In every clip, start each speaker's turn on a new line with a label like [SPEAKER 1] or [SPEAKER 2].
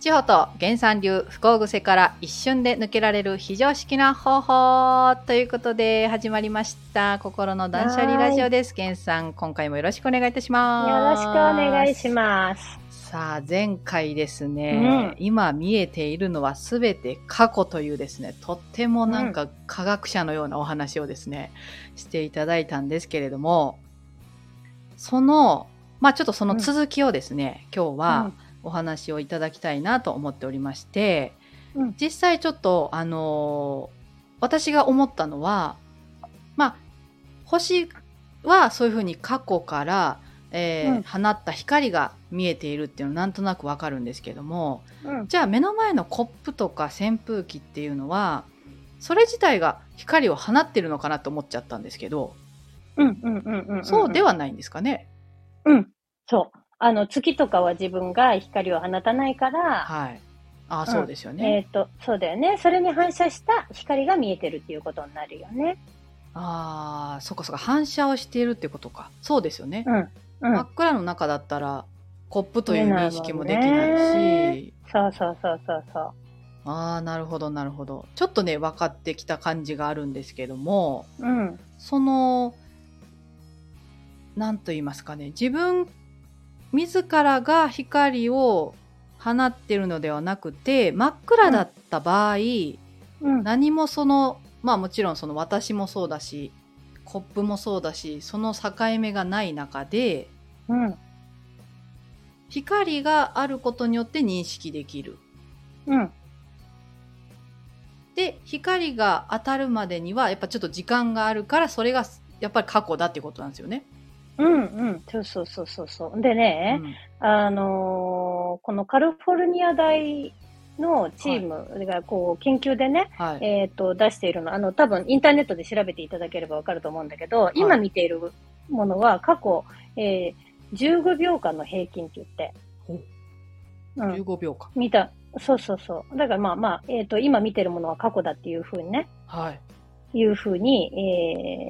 [SPEAKER 1] 地方と原産流不幸癖から一瞬で抜けられる非常識な方法ということで始まりました心の断捨離ラジオです。源さん、今回もよろしくお願いいたし
[SPEAKER 2] よ
[SPEAKER 1] ま
[SPEAKER 2] ろ
[SPEAKER 1] す。
[SPEAKER 2] しくお願いします。
[SPEAKER 1] す。さあ、前回ですね、今見えているのはすべて過去というですね、とってもなんか科学者のようなお話をですね、していただいたんですけれども、その、まあちょっとその続きをですね、今日は、お話をいただきたいなと思っておりまして、
[SPEAKER 2] うん
[SPEAKER 1] 実際ちょっとあのー私が思ったのはまあ星はそういうふうに過去から、えー
[SPEAKER 2] うん
[SPEAKER 1] 放った光が見えているっていうのはなんとなくわかるんですけども
[SPEAKER 2] うん、うん
[SPEAKER 1] じゃあ目の前のコップとか扇風機っていうのはそれ自体が光を放ってるのかなと思っちゃったんですけど
[SPEAKER 2] うん、うんうん、うん。
[SPEAKER 1] そうではないんですかね。
[SPEAKER 2] うん。そう。あの、月とかは自分が光を放たないから、
[SPEAKER 1] はい、あー
[SPEAKER 2] うん
[SPEAKER 1] そうですよね、
[SPEAKER 2] えっ、と、そうだよね。それに反射した光が見えてるっていうことになるよね。
[SPEAKER 1] ああ、そっかそっか、反射をしているってことか。そうですよね。
[SPEAKER 2] うん。う
[SPEAKER 1] 真
[SPEAKER 2] ん
[SPEAKER 1] っ。暗の中だったら、コップという
[SPEAKER 2] 見えない
[SPEAKER 1] 認
[SPEAKER 2] もんね
[SPEAKER 1] 識もできないし、
[SPEAKER 2] そうそうそうそうそ
[SPEAKER 1] ああ、なるほど、なるほど。ちょっとね、分かってきた感じがあるんですけども、
[SPEAKER 2] う。うん。
[SPEAKER 1] その、なんと言いますかね、自分、自らが光を放ってるのではなくて、真っ暗だった場合、
[SPEAKER 2] うん。
[SPEAKER 1] 何もそのまあもちろんその私もそうだしコップもそうだしその境目がない中で
[SPEAKER 2] うん。
[SPEAKER 1] 光があることによって認識できる
[SPEAKER 2] うん。
[SPEAKER 1] で光が当たるまでにはやっぱちょっと時間があるからそれがやっぱり過去だっていうことなんですよね。
[SPEAKER 2] うん。うん。そうそうそうそうそう。で
[SPEAKER 1] う
[SPEAKER 2] ね、
[SPEAKER 1] ん
[SPEAKER 2] あのーこのカリフォルニア大のチームがこう研究でね、
[SPEAKER 1] はい
[SPEAKER 2] えっ、と、出しているの、あの、多分インターネットで調べていただければわかると思うんだけど、今見ているものは過去、えー、15秒間の平均って言って。うん。
[SPEAKER 1] 15秒間、
[SPEAKER 2] 見た。そうそうそう。だからまあまあ、えっ、と、今見てるものは過去だっていうふうにね、
[SPEAKER 1] はい、
[SPEAKER 2] いうふうに、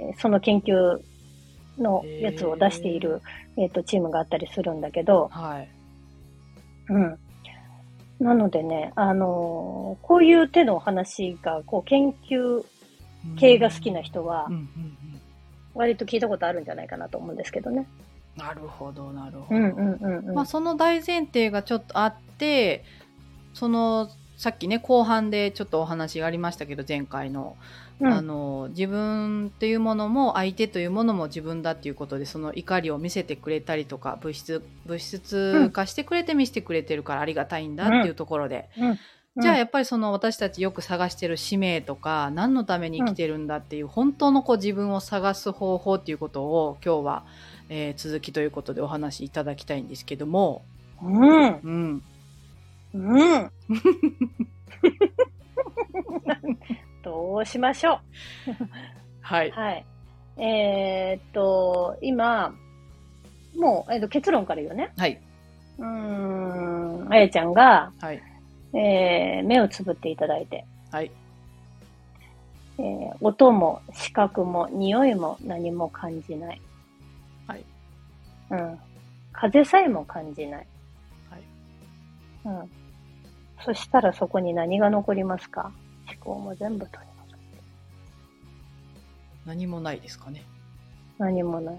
[SPEAKER 2] えー、その研究のやつを出している、えっ、と、チームがあったりするんだけど、
[SPEAKER 1] はい、
[SPEAKER 2] うん。なのでね、あのーこういう手のお話が、こう、研究系が好きな人は、
[SPEAKER 1] うんうんうん
[SPEAKER 2] 割と聞いたことあるんじゃないかなと思うんですけどね。
[SPEAKER 1] なるほどなるほ
[SPEAKER 2] う
[SPEAKER 1] ど。
[SPEAKER 2] んうんうんうん。
[SPEAKER 1] まあ、その大前提がちょっとあってそのさっきね後半でちょっとお話がありましたけど前回の,、
[SPEAKER 2] うん
[SPEAKER 1] あの自分というものも相手というものも自分だっていうことでその怒りを見せてくれたりとか物質物質化してくれて見せてくれてるからありがたいんだっていうところで、じゃあやっぱりその私たちよく探してる使命とか何のために生きてるんだっていう本当のこう自分を探す方法っていうことを今日は、えー続きということでお話しいただきたいんですけども。
[SPEAKER 2] うん
[SPEAKER 1] うん。
[SPEAKER 2] うん どうしましょ
[SPEAKER 1] は
[SPEAKER 2] う。
[SPEAKER 1] い。
[SPEAKER 2] はい。えーっと、今、もう、えっと結論から言うね。
[SPEAKER 1] はい。
[SPEAKER 2] うーん、あやちゃんが、
[SPEAKER 1] はい。
[SPEAKER 2] えー目をつぶっていただいて、
[SPEAKER 1] はい。
[SPEAKER 2] えー音も視覚も匂いも何も感じない。
[SPEAKER 1] はい。
[SPEAKER 2] うん。風さえも感じない。
[SPEAKER 1] はい。
[SPEAKER 2] うん。そしたらそこに何が残りますか思考も全部取ります。
[SPEAKER 1] 何もないですかね。
[SPEAKER 2] 何もない。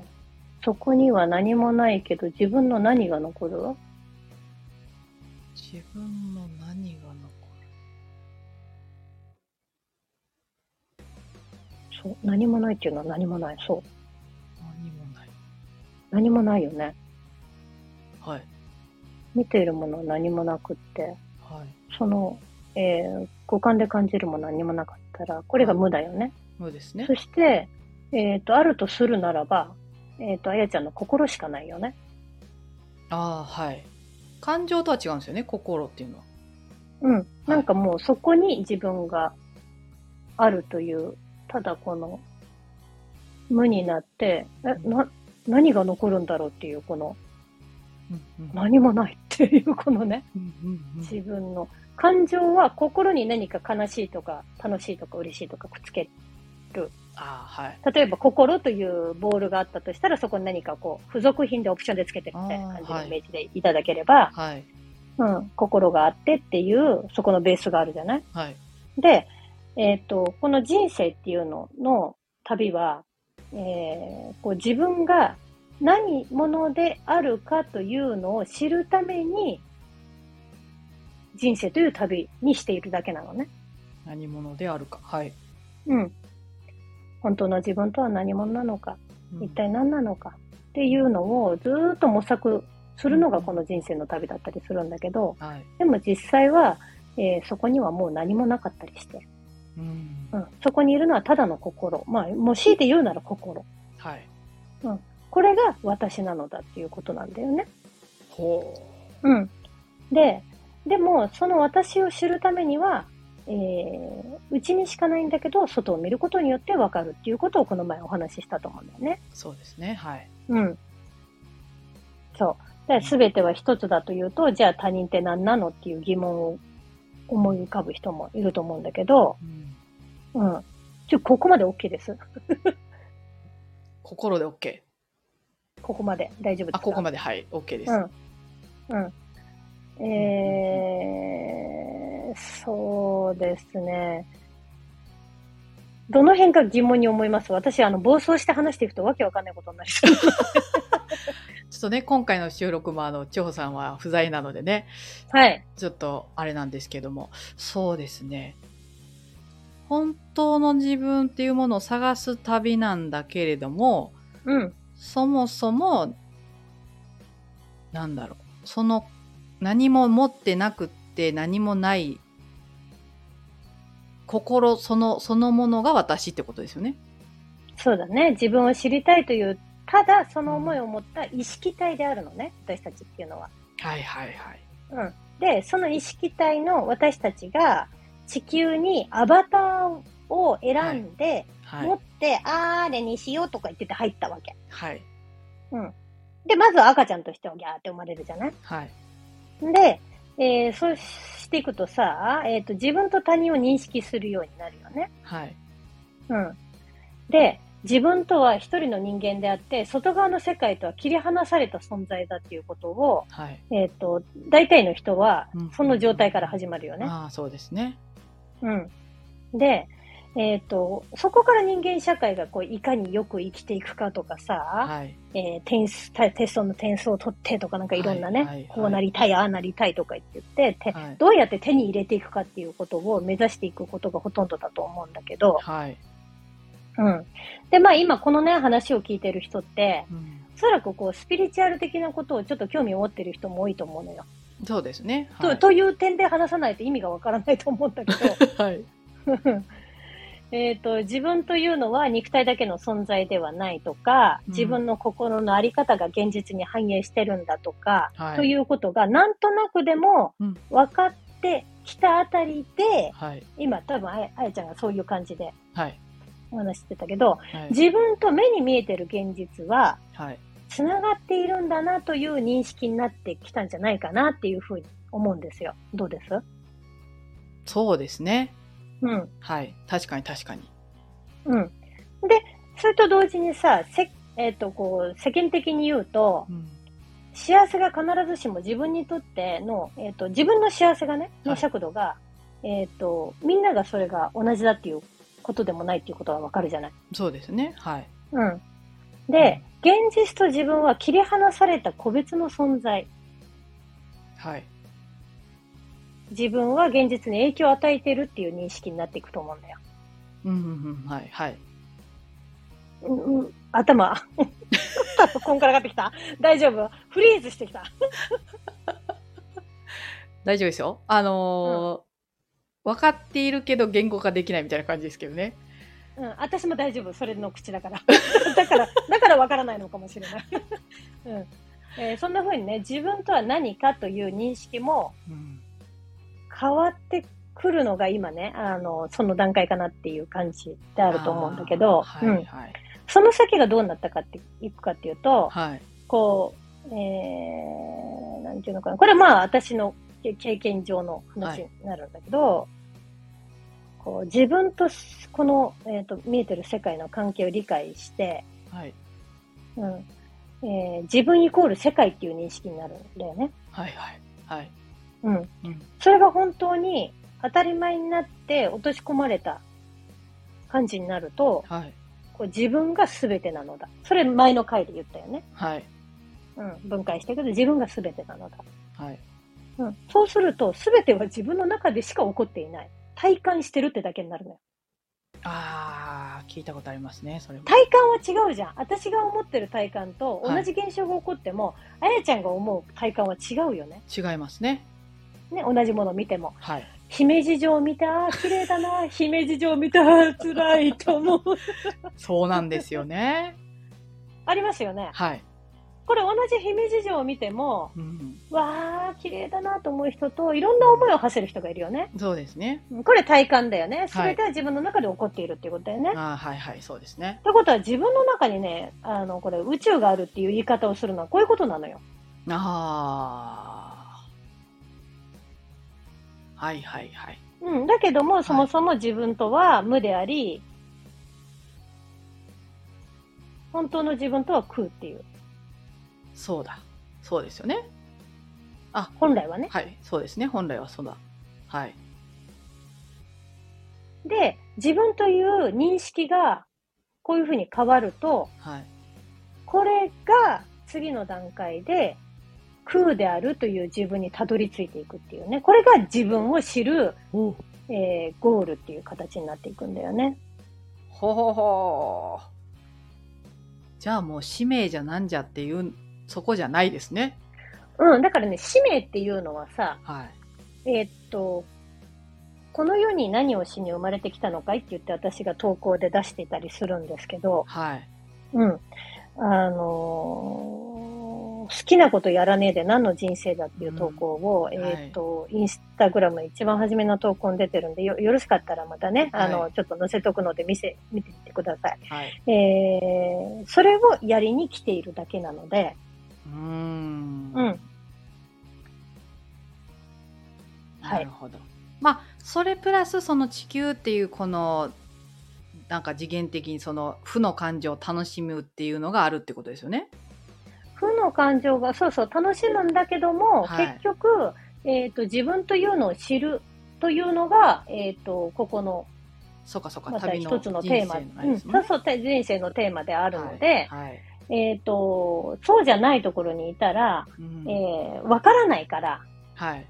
[SPEAKER 2] そこには何もないけど、自分の何が残る
[SPEAKER 1] 自分の何が残る
[SPEAKER 2] そう。何もないっていうのは何もない。そう。
[SPEAKER 1] 何もない。
[SPEAKER 2] 何もないよね。
[SPEAKER 1] はい。
[SPEAKER 2] 見ているものは何もなくって、
[SPEAKER 1] はい。
[SPEAKER 2] その、えー五感で感じるものは何もなかったら、これが無だよね。
[SPEAKER 1] そうですね
[SPEAKER 2] そ。して、えっ、と、あるとするならば、えっ、と、あやちゃんの心しかないよね。
[SPEAKER 1] ああ、はい。感情とは違うんですよね。心っていうのは。
[SPEAKER 2] うん。なんかもうそこに自分があるという、ただこの無になって、え、な、何が残るんだろうっていう、この
[SPEAKER 1] うんうん
[SPEAKER 2] 何もないっていう、このね、
[SPEAKER 1] うんうんうん
[SPEAKER 2] 自分の感情は心に何か悲しいとか楽しいとか嬉しいとかくっつける。
[SPEAKER 1] ああ、はい。
[SPEAKER 2] 例えば心というボールがあったとしたら、そこに何かこう、付属品でオプションでつけてみたい
[SPEAKER 1] あ
[SPEAKER 2] な
[SPEAKER 1] ー
[SPEAKER 2] 感じ
[SPEAKER 1] は
[SPEAKER 2] の
[SPEAKER 1] い
[SPEAKER 2] イメージでいただければ、
[SPEAKER 1] はい。
[SPEAKER 2] うん、心があってっていう、そこのベースがあるじゃない
[SPEAKER 1] はい。
[SPEAKER 2] で、えっ、と、この人生っていうのの旅は、えーこう自分が何者であるかというのを知るために、人生という旅にしているだけなのね。
[SPEAKER 1] 何者であるか。はい。
[SPEAKER 2] うん。本当の自分とは何者なのか、
[SPEAKER 1] うん
[SPEAKER 2] 一体何なのかっていうのをずーっと模索するのがこの人生の旅だったりするんだけど、
[SPEAKER 1] はい。
[SPEAKER 2] でも実際は、えーそこにはもう何もなかったりして、
[SPEAKER 1] うん
[SPEAKER 2] う。ん、そこにいるのはただの心。まあ、もう強いて言うなら心。
[SPEAKER 1] はい。
[SPEAKER 2] これが私なのだっていうことなんだよね。
[SPEAKER 1] ほ
[SPEAKER 2] うん。で、でも、その私を知るためには、えー、うちにしかないんだけど、外を見ることによってわかるっていうことをこの前お話ししたと思うんだよね。
[SPEAKER 1] う。そうですね。はい。
[SPEAKER 2] うん。そう。すべては一つだというと、じゃあ他人って何なのっていう疑問を思い浮かぶ人もいると思うんだけど、
[SPEAKER 1] うん、
[SPEAKER 2] うん。ちょ、ここまで OK です。
[SPEAKER 1] 心で OK。
[SPEAKER 2] ここまで。大丈夫ですか
[SPEAKER 1] あ、ここまで。はい。OK です。
[SPEAKER 2] うん。うん。えー、そうですね。どの辺か疑問に思います私、あの、暴走して話していくとわけわかんないことになり そう。
[SPEAKER 1] ちょっとね、今回の収録も、あの、千穂さんは不在なのでね、
[SPEAKER 2] はい。
[SPEAKER 1] ちょっとあれなんですけども、そうですね。本当の自分っていうものを探す旅なんだけれども、
[SPEAKER 2] うん。
[SPEAKER 1] そもそも、なんだろう、その何も持ってなくって何もない心そのそのものが私ってことですよね。
[SPEAKER 2] そうだね。自分を知りたいという、ただその思いを持った意識体であるのね。私たちっていうのは。
[SPEAKER 1] はいはいはい。
[SPEAKER 2] うん。で、その意識体の私たちが地球にアバターを選んで、
[SPEAKER 1] は
[SPEAKER 2] 持っ
[SPEAKER 1] い。
[SPEAKER 2] て、あーれにしようとか言ってて入ったわけ。
[SPEAKER 1] はい。
[SPEAKER 2] で、まずは赤ちゃんとしてはギャーって生まれるじゃない
[SPEAKER 1] はい。
[SPEAKER 2] で、えーそうしていくとさ、えっ、と、自分と他人を認識するようになるよね。
[SPEAKER 1] はい。
[SPEAKER 2] うん。で、自分とは一人の人間であって、外側の世界とは切り離された存在だっていうことを、
[SPEAKER 1] はい。
[SPEAKER 2] えっ、と、大体の人は
[SPEAKER 1] うん、
[SPEAKER 2] その状態から始まるよね。
[SPEAKER 1] ああ、そうですね。
[SPEAKER 2] うん。で、えっ、と、そこから人間社会がこう、いかによく生きていくかとかさ、
[SPEAKER 1] はい。
[SPEAKER 2] えー点数、テテストの点数を取ってとかなんかいろんなね、
[SPEAKER 1] はいはいはい
[SPEAKER 2] こうなりたい、ああなりたいとか言ってて、
[SPEAKER 1] はい。
[SPEAKER 2] どうやって手に入れていくかっていうことを目指していくことがほとんどだと思うんだけど、
[SPEAKER 1] はい。
[SPEAKER 2] うん。で、まあ今このね、話を聞いてる人って、
[SPEAKER 1] うん
[SPEAKER 2] おそらくこう、スピリチュアル的なことをちょっと興味を持ってる人も多いと思うのよ。
[SPEAKER 1] そうですね。
[SPEAKER 2] と
[SPEAKER 1] はい。
[SPEAKER 2] という点で話さないと意味がわからないと思うんだけど、
[SPEAKER 1] はい。
[SPEAKER 2] えっと自分というのは肉体だけの存在ではないとか、
[SPEAKER 1] うん
[SPEAKER 2] 自分の心の在り方が現実に反映してるんだとか、
[SPEAKER 1] はい
[SPEAKER 2] ということがなんとなくでも
[SPEAKER 1] うん
[SPEAKER 2] 分かってきたあたりで、
[SPEAKER 1] はい。
[SPEAKER 2] 今多分あやあやちゃんがそういう感じで
[SPEAKER 1] はい。
[SPEAKER 2] お話ししてたけど、
[SPEAKER 1] はい。
[SPEAKER 2] 自分と目に見えてる現実は
[SPEAKER 1] はい。
[SPEAKER 2] つながっているんだなという認識になってきたんじゃないかなっていうふうに思うんですよ。どうです
[SPEAKER 1] そうですね。
[SPEAKER 2] うん。
[SPEAKER 1] はい。確かに確かに。
[SPEAKER 2] うん。で、それと同時にさ、せえっ、と、こう、世間的に言うと、
[SPEAKER 1] うん。
[SPEAKER 2] 幸せが必ずしも自分にとっての、えっ、と、自分の幸せがね、の尺度が、えっ、と、みんながそれが同じだっていうことでもないっていうことはわかるじゃない。
[SPEAKER 1] そうですね。はい。
[SPEAKER 2] うん。で、現実と自分は切り離された個別の存在。
[SPEAKER 1] はい。
[SPEAKER 2] 自分は現実に影響を与えてるっていう認識になっていくと思うんだよ。
[SPEAKER 1] うんうんうん。はい。はい。
[SPEAKER 2] うんうん、頭。 こんからがってきた大丈夫フリーズしてきた。
[SPEAKER 1] 大丈夫ですよ。あのー分かっているけど言語化できないみたいな感じですけどね。
[SPEAKER 2] うん、私も大丈夫、それの口だから。 だから、だからわからないのかもしれない。 うんえーそんな風にね、自分とは何かという認識も
[SPEAKER 1] うん、
[SPEAKER 2] 変わってくるのが今ね、あの、その段階かなっていう感じであると思うんだけど、
[SPEAKER 1] あー
[SPEAKER 2] う
[SPEAKER 1] はい、
[SPEAKER 2] ん、
[SPEAKER 1] はい。
[SPEAKER 2] その先がどうなったかって、いくかっていうと、
[SPEAKER 1] はい。
[SPEAKER 2] こう、えー、なんていうのかな。これはまあ私のけ経験上の話になるんだけど、こう自分としこの、えー、と見えてる世界の関係を理解して、
[SPEAKER 1] はい。
[SPEAKER 2] うんえー自分イコール世界っていう認識になるんだよね。
[SPEAKER 1] はい。はい。はい。
[SPEAKER 2] うん
[SPEAKER 1] うん。
[SPEAKER 2] それが本当に当たり前になって落とし込まれた感じになると、
[SPEAKER 1] はい
[SPEAKER 2] こう自分が全てなのだ。それ前の回で言ったよね。
[SPEAKER 1] はい
[SPEAKER 2] うん。分解していくと自分が全てなのだ。
[SPEAKER 1] はい
[SPEAKER 2] うん。そうすると、全ては自分の中でしか起こっていない。体感してるってだけになるのよ。
[SPEAKER 1] あー聞いたことありますねそれも
[SPEAKER 2] 体感は違うじゃん。私が思ってる体感と同じ現象が起こっても、あやちゃんが思う体感は違うよね。
[SPEAKER 1] 違いますね
[SPEAKER 2] ね、同じもの見ても。
[SPEAKER 1] はい
[SPEAKER 2] 姫路城見た、綺麗だな、 姫路城見た、辛いと思う。
[SPEAKER 1] そうなんですよね
[SPEAKER 2] ありますよね。
[SPEAKER 1] はい、
[SPEAKER 2] これ同じ姫路城を見ても、
[SPEAKER 1] うん、
[SPEAKER 2] わー、綺麗だなと思う人と、いろんな思いを馳せる人がいるよね。
[SPEAKER 1] そうですね
[SPEAKER 2] これ体感だよね。
[SPEAKER 1] はい
[SPEAKER 2] 全ては自分の中で起こっているっていうことだよね。
[SPEAKER 1] あーはいはいそうですね
[SPEAKER 2] ってことは自分の中にね、あの、これ宇宙があるっていう言い方をするのはこういうことなのよ。
[SPEAKER 1] ああはいはいはい
[SPEAKER 2] うん。だけども、そもそも自分とは無であり、本当の自分とは空っていう。
[SPEAKER 1] そうだそうですよね
[SPEAKER 2] 本来はね。
[SPEAKER 1] はいそうですね本来はそうだはい
[SPEAKER 2] で、自分という認識がこういうふうに変わると、
[SPEAKER 1] はい
[SPEAKER 2] これが次の段階で空であるという自分にたどり着いていくっていうね。これが自分を知る、
[SPEAKER 1] おう
[SPEAKER 2] えーゴールっていう形になっていくんだよね。
[SPEAKER 1] ほほほじゃあもう使命じゃなんじゃっていうそこじゃないですね
[SPEAKER 2] うん。だからね、使命っていうのはさ、
[SPEAKER 1] はい
[SPEAKER 2] えーっと、この世に何をしに生まれてきたのかいって言って私が投稿で出していたりするんですけど、
[SPEAKER 1] はい
[SPEAKER 2] うん。あのー好きなことやらねえで何の人生だっていう投稿を、
[SPEAKER 1] うん
[SPEAKER 2] えーっと、インスタグラム一番初めの投稿に出てるんで、よ、よろしかったらまたね、あの、
[SPEAKER 1] は
[SPEAKER 2] ちょっと載せとくので見せ、見てみてください。
[SPEAKER 1] はい
[SPEAKER 2] えー、それをやりに来ているだけなので、
[SPEAKER 1] うーん
[SPEAKER 2] うん。
[SPEAKER 1] なるほど、まあそれプラスその地球っていうこのなんか次元的にその負の感情を楽しむっていうのがあるってことですよね
[SPEAKER 2] 負の感情が、そうそう、楽しむんだけども、
[SPEAKER 1] はい
[SPEAKER 2] 結局、えっ、と、自分というのを知るというのが、えっ、と、ここの、
[SPEAKER 1] そうかそうか、
[SPEAKER 2] また
[SPEAKER 1] 旅の
[SPEAKER 2] 一つ
[SPEAKER 1] 人
[SPEAKER 2] の
[SPEAKER 1] 生
[SPEAKER 2] テー
[SPEAKER 1] の
[SPEAKER 2] マ、
[SPEAKER 1] あれ
[SPEAKER 2] うん、
[SPEAKER 1] です
[SPEAKER 2] そ
[SPEAKER 1] もん
[SPEAKER 2] う
[SPEAKER 1] ね
[SPEAKER 2] そう、て人生のテーマであるので、
[SPEAKER 1] はいはい
[SPEAKER 2] えっ、と、そうじゃないところにいたら、
[SPEAKER 1] うん
[SPEAKER 2] えーわからないから、
[SPEAKER 1] はい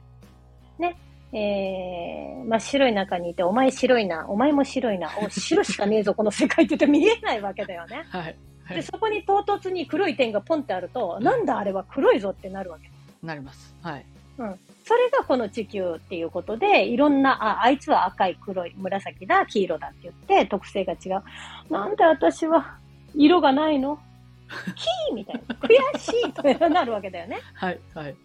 [SPEAKER 2] えー、真っ白い中にいて、お前白いな、お前も白いな、お、白しかね えぞ、この世界って言って見えないわけだよね。
[SPEAKER 1] はいは
[SPEAKER 2] で、
[SPEAKER 1] い
[SPEAKER 2] そこに唐突に黒い点がポンってあると、なんだあれは黒いぞってなるわけ。
[SPEAKER 1] なりますはい
[SPEAKER 2] それがこの地球っていうことで、いろんな、あ、あいつは赤い、黒い、紫だ、黄色だって言って、特性が違う。なんで私は色がないのキーみたいな。悔しいってなるわけだよね。
[SPEAKER 1] はいはい